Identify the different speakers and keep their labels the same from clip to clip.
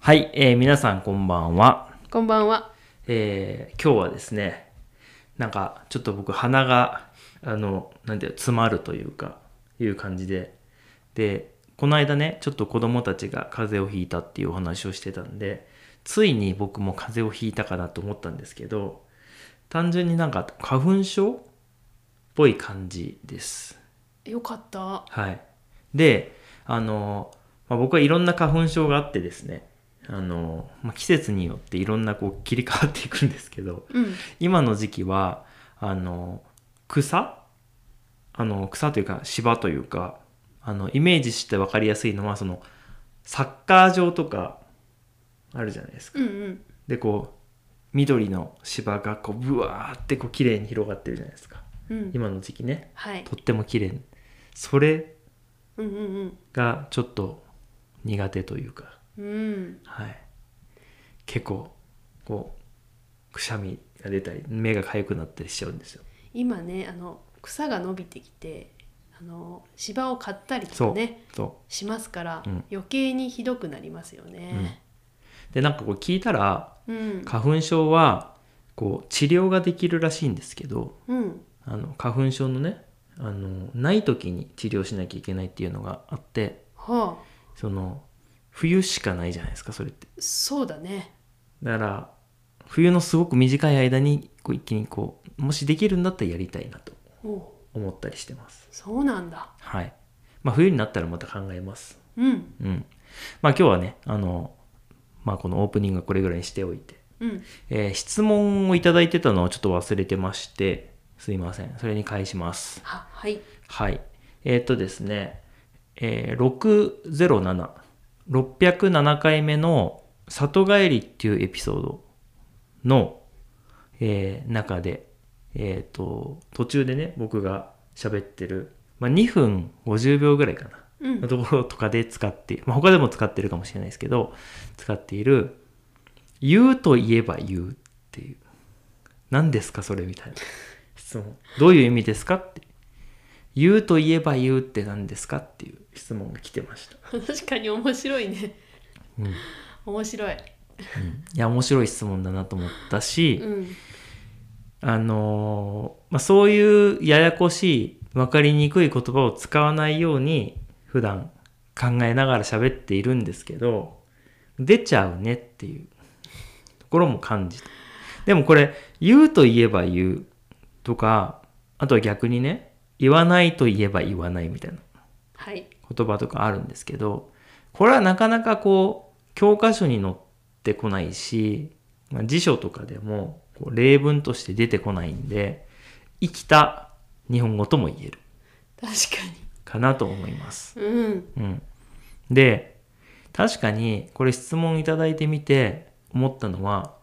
Speaker 1: はい、えー皆さんこんばんは。
Speaker 2: こんばんは。
Speaker 1: えー今日はですね、なんかちょっと僕鼻が、あの、なんていうの詰まるというか、いう感じで、で、この間ね、ちょっと子供たちが風邪をひいたっていうお話をしてたんで、ついに僕も風邪をひいたかなと思ったんですけど、単純になんか花粉症っぽい感じです。
Speaker 2: よかった。
Speaker 1: はい。で、あの、まあ、僕はいろんな花粉症があってですね、あの、まあ、季節によっていろんなこう切り替わっていくんですけど、
Speaker 2: うん。
Speaker 1: 今の時期は、あの、草あの、草というか芝というか、あの、イメージしてわかりやすいのは、その、サッカー場とか、あるじゃないですか。
Speaker 2: うんうん。
Speaker 1: で、こう、緑の芝がこう、ブワーってこう、綺麗に広がってるじゃないですか。
Speaker 2: うん。
Speaker 1: 今の時期ね、
Speaker 2: はい。
Speaker 1: とっても綺麗。それ
Speaker 2: うんうん
Speaker 1: がちょっと苦手というか、
Speaker 2: うん。うん。
Speaker 1: はい、結構こうくしゃみが出たり目が痒くなったりしちゃうんですよ
Speaker 2: 今ね、あの草が伸びてきて、あの芝を刈ったりと
Speaker 1: そう
Speaker 2: かね、
Speaker 1: そ
Speaker 2: しますから、
Speaker 1: うん
Speaker 2: 余計にひどくなりますよね。
Speaker 1: うでなんかこう聞いたら
Speaker 2: うん。
Speaker 1: 花粉症はこう治療ができるらしいんですけど
Speaker 2: うん。
Speaker 1: あの花粉症のねあのない時に治療しなきゃいけないっていうのがあって
Speaker 2: はあ。
Speaker 1: その冬しかないじゃないですかそれって
Speaker 2: そうだね。
Speaker 1: だから冬のすごく短い間にこう一気にこうもしできるんだったらやりたいなと
Speaker 2: おう
Speaker 1: 思ったりしてます
Speaker 2: そうなんだ。
Speaker 1: はい。まあ、冬になったらまた考えます。
Speaker 2: うん。
Speaker 1: うん。まあ、今日はね、あの、まあ、このオープニングはこれぐらいにしておいて、
Speaker 2: うん。
Speaker 1: えー質問をいただいてたのをちょっと忘れてまして、すいません。それに返します。
Speaker 2: ははい。
Speaker 1: はい。えーっとですね、えー607、607回目の里帰りっていうエピソードの、えー中で、えーっと、途中でね、僕が喋ってる、まあ、2分50秒ぐらいかな。
Speaker 2: うん
Speaker 1: の。ところとかで使って、まあ、他でも使ってるかもしれないですけど、使っている、言うと言えば言うっていう。何ですかそれみたいな質問。どういう意味ですかって。言うと言えば言うって何ですかっていう質問が来てました。
Speaker 2: 確かに面白いね。
Speaker 1: うん。い
Speaker 2: 面白い。
Speaker 1: や、面白い質問だなと思ったし、
Speaker 2: うん。
Speaker 1: あのーまあ、そういうややこしい分かりにくい言葉を使わないように普段考えながら喋っているんですけど出ちゃうねっていうところも感じたでもこれ言うと言えば言うとかあとは逆にね言わないと言えば言わないみたいな
Speaker 2: はい。
Speaker 1: 言葉とかあるんですけどこれはなかなかこう教科書に載ってこないし、まあ、辞書とかでもこう例文として出てこないんで生きた日本語とも言える
Speaker 2: 確
Speaker 1: かなと思います。
Speaker 2: かに。うん。
Speaker 1: うん、で確かにこれ質問いただいてみて思ったのは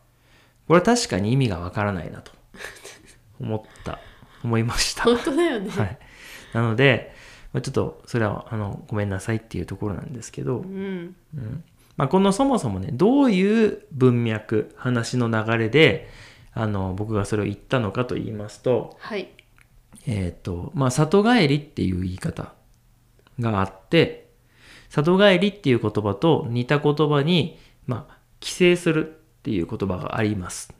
Speaker 1: これは確かに意味がわからないなと思った思いました。
Speaker 2: 本当だよ ね。
Speaker 1: はい、なので、まあちょっとそれはあのごめんなさいっていうところなんですけど、
Speaker 2: うん。
Speaker 1: うんまあ、このそもそもねどういう文脈話の流れであの僕がそれを言ったのかと言いますと,、
Speaker 2: はい。
Speaker 1: えっとまあ、里帰りっていう言い方があって里帰りっていう言葉と似た言葉に、まあ、帰省するっていう言葉がありますっ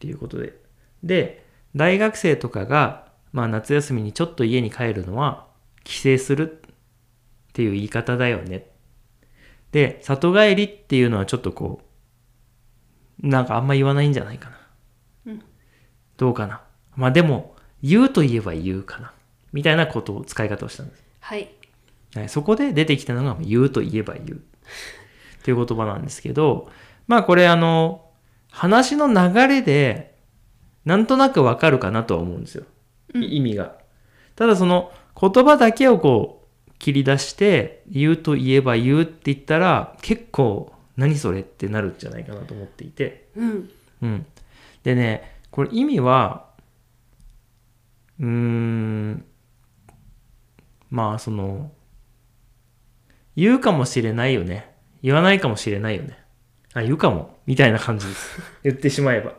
Speaker 1: ていうことでで大学生とかが、まあ、夏休みにちょっと家に帰るのは帰省するっていう言い方だよねで里帰りっていうのはちょっとこうなんかあんま言わないんじゃないかな、
Speaker 2: うん
Speaker 1: どうかなまあでも言うと言えば言うかなみたいなことを使い方をしたんです
Speaker 2: はい。
Speaker 1: はい、そこで出てきたのが「言うと言えば言う」っていう言葉なんですけどまあこれあの話の流れでなんとなくわかるかなとは思うんですよ、
Speaker 2: うん
Speaker 1: 意味がただその言葉だけをこう切り出して「言うと言えば言う」って言ったら結構何それってなるんじゃないかなと思っていて
Speaker 2: うん。
Speaker 1: うん。でね、これ意味は、うーん、まあその、言うかもしれないよね。言わないかもしれないよね。あ、言うかも。みたいな感じです。言ってしまえば。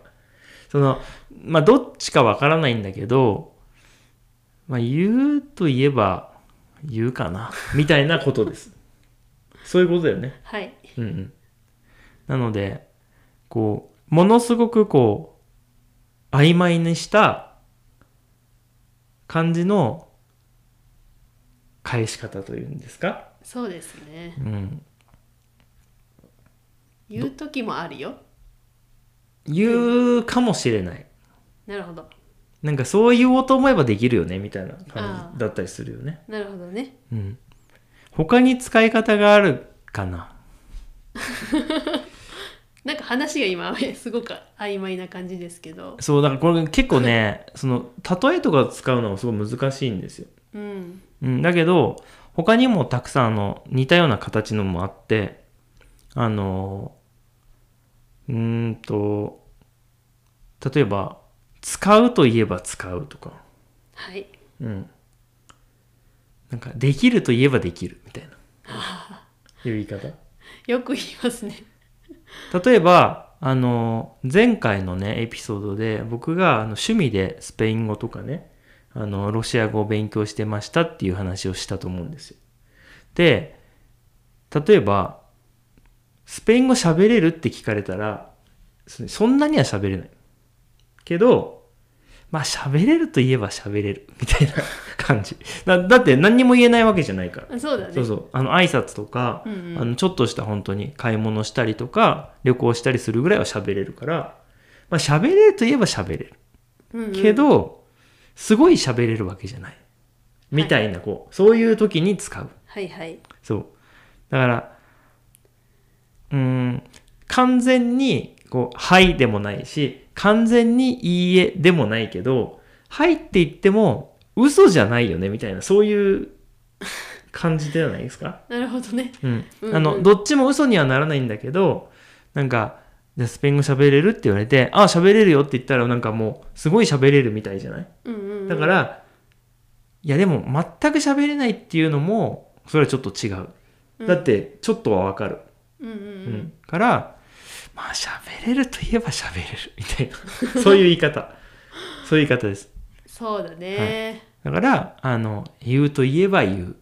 Speaker 1: その、まあどっちかわからないんだけど、まあ言うと言えば言うかな。みたいなことです。そういうことだよね。
Speaker 2: はい。
Speaker 1: うんうん。なので、こう、ものすごくこう、曖昧にした感じの返し方というんですか
Speaker 2: そうですね
Speaker 1: うん。
Speaker 2: 言う時もあるよ
Speaker 1: 言うかもしれない。
Speaker 2: なるほど
Speaker 1: なんかそう言おうと思えばできるよねみたいな感じだったりするよね。
Speaker 2: なるほどね
Speaker 1: うん。他に使い方があるかな
Speaker 2: なんか話が今 すごく曖昧な感じですけど
Speaker 1: そう、だからこれ結構ね、その、例えとか使うのがすごい難しいんですよ。
Speaker 2: うん
Speaker 1: うん、だけど、他にもたくさんあの、似たような形のもあって、あの、うーんと、例えば、使うといえば使うとか、
Speaker 2: はい
Speaker 1: うん。なんか、できるといえばできるみたいな。 いう言い方。
Speaker 2: よく言いますね
Speaker 1: 例えば、あの、前回のね、エピソードで、僕があの趣味でスペイン語とかね、あの、ロシア語を勉強してましたっていう話をしたと思うんですよ。で、例えば、スペイン語喋れるって聞かれたら、そそんなには喋れない。けど、まあ喋れるといえば喋れる、みたいな感じ。だだって何にも言えないわけじゃないから。
Speaker 2: そうだね
Speaker 1: そうそうあの挨拶とか、
Speaker 2: うんうん
Speaker 1: あのちょっとした本当に買い物したりとか旅行したりするぐらいは喋れるからまあ喋れるといえば喋れる
Speaker 2: うんうん
Speaker 1: けど、すごい喋れるわけじゃないみたいなこう、そういう時に使う
Speaker 2: はいはい
Speaker 1: そうだからうーん完全にこう「はい」でもないし完全に「いいえ」でもないけど「はい」って言っても嘘じゃないよねみたいなそういう感じではないですか
Speaker 2: なるほどね
Speaker 1: うん
Speaker 2: うん
Speaker 1: あのどっちも嘘にはならないんだけどなんかじゃあスペイン語喋れるって言われてあ喋れるよって言ったらなんかもうすごい喋れるみたいじゃない
Speaker 2: うんうんうん
Speaker 1: だから、いやでも全く喋れないっていうのもそれはちょっと違う、だってちょっとはわかる、
Speaker 2: うんうん
Speaker 1: う
Speaker 2: うんん
Speaker 1: からまあ喋れるといえば喋れるみたいなそういう言い方そういう言い方です
Speaker 2: そうだね
Speaker 1: だからあの言うといえば言う、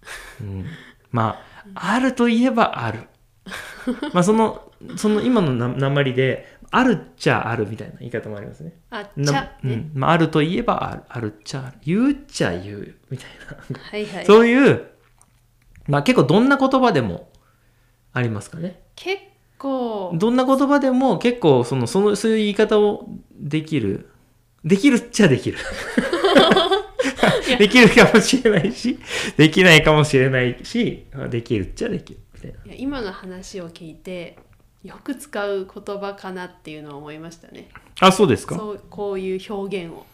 Speaker 1: うん、まああるといえばあ るまあそのその今のな鉛であるっちゃあるみたいな言い方もありますね
Speaker 2: あっち
Speaker 1: な
Speaker 2: ゃ
Speaker 1: う
Speaker 2: ね
Speaker 1: んまあ、あるといえばあるあるっちゃある言うっちゃ言うみたい
Speaker 2: はいは
Speaker 1: な、
Speaker 2: い
Speaker 1: そういう、まあ、結構どんな言葉でもありますかね
Speaker 2: 結構
Speaker 1: どんな言葉でも結構そのそのそういう言い方をできるできるっちゃできるできるかもしれないしできないかもしれないしできるっちゃできるみたいない
Speaker 2: や今の話を聞いてよく使う言葉かなっていうのを思いましたね
Speaker 1: あそうですか
Speaker 2: そうこういう表現を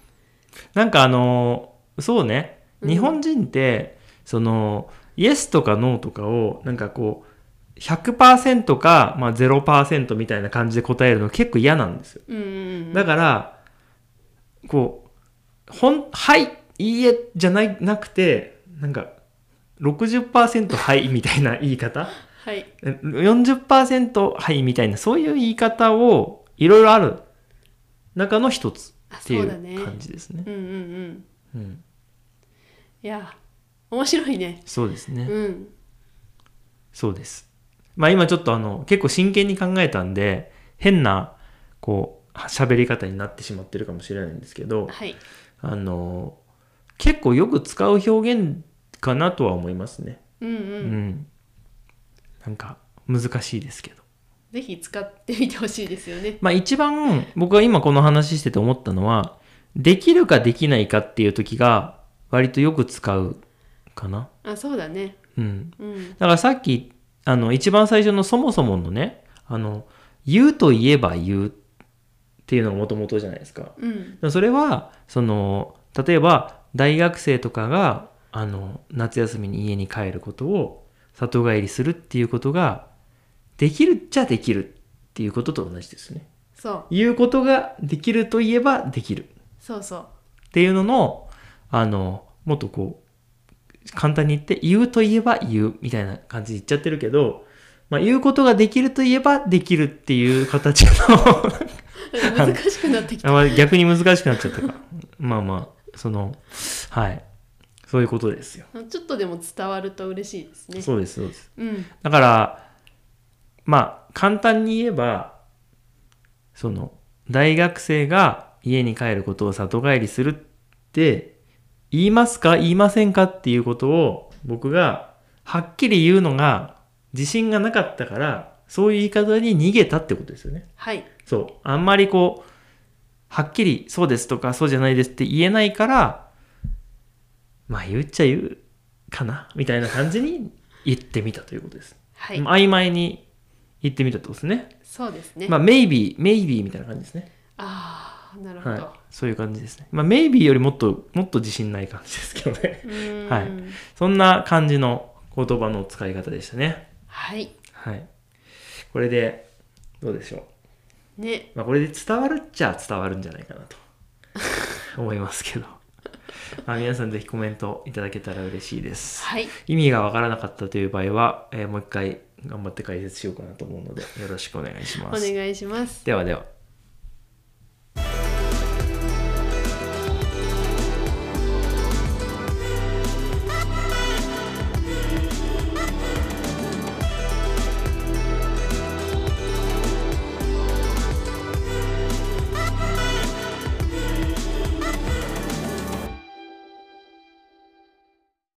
Speaker 1: なんかあのーそうね
Speaker 2: うん
Speaker 1: 日本人って、そのイエスとかノーとかをなんかこう100%か、まあ、0%みたいな感じで答えるの結構嫌なんですよ
Speaker 2: うんうんうん
Speaker 1: だから、こう、ほん、はい、いいえ、じゃない、なくて、なんか、60%はいみたいな 言い方
Speaker 2: はい
Speaker 1: え ?40% はいみたいな、そういう言い方を、いろいろある中の一つ
Speaker 2: あ
Speaker 1: ってい
Speaker 2: そうだね
Speaker 1: う感じですね。
Speaker 2: うんうんうん
Speaker 1: うん。
Speaker 2: いや面白いね
Speaker 1: そうですね。
Speaker 2: うん
Speaker 1: そうです。まあ今ちょっとあの、結構真剣に考えたんで、変な、こう、喋り方になってしまってるかもしれないんですけど、
Speaker 2: はい
Speaker 1: あの結構よく使う表現かなとは思いますね。
Speaker 2: うんう
Speaker 1: うんん、なんか難しいですけど。
Speaker 2: ぜひ使ってみてほしいですよね
Speaker 1: まあ一番僕が今この話してて思ったのはできるかできないかっていう時が割とよく使うかな。
Speaker 2: あそうだね
Speaker 1: うん。
Speaker 2: うん
Speaker 1: だからさっきあの一番最初のそもそものねあの言うといえば言うっていうのがもともとじゃないですか。
Speaker 2: うん
Speaker 1: でもそれはその例えば大学生とかがあの夏休みに家に帰ることを里帰りするっていうことができるっちゃできるっていうことと同じですね。
Speaker 2: そう
Speaker 1: いうことができるといえばできる
Speaker 2: そうそう
Speaker 1: っていうののあのもっとこう簡単に言って言うといえば言うみたいな感じで言っちゃってるけど、まあ、言うことができるといえばできるっていう形の
Speaker 2: 難しくなってきた
Speaker 1: あまあ逆に難しくなっちゃったか。まあまあ、その、はい。そういうことですよ。
Speaker 2: ちょっとでも伝わると嬉しいですね
Speaker 1: そうです、そうです。
Speaker 2: うん
Speaker 1: だから、まあ簡単に言えばその大学生が家に帰ることを里帰りするって言いますか言いませんかっていうことを僕がはっきり言うのが自信がなかったからそういう言い方に逃げたってことですよね。
Speaker 2: はい
Speaker 1: そう。あんまりこう、はっきりそうですとかそうじゃないですって言えないから、まあ言っちゃ言うかなみたいな感じに言ってみたということです。
Speaker 2: はい、
Speaker 1: 曖昧に言ってみたってことですね。
Speaker 2: そうですね、
Speaker 1: まあ、maybe、maybe みたいな感じですね。
Speaker 2: ああなるほど、
Speaker 1: はい。そういう感じですね。まあ、maybe よりもっと、もっと自信ない感じですけどね。
Speaker 2: うーん
Speaker 1: はいそんな感じの言葉の使い方でしたね。
Speaker 2: はい
Speaker 1: はい。これで、どうでしょう。
Speaker 2: ね
Speaker 1: まあ、これで伝わるっちゃ伝わるんじゃないかな と思いますけど、まあ、皆さんぜひコメントいただけたら嬉しいです
Speaker 2: はい
Speaker 1: 意味がわからなかったという場合は、えーもう一回頑張って解説しようかなと思うのでよろしくお願いし
Speaker 2: お
Speaker 1: ます
Speaker 2: 願いします
Speaker 1: ではでは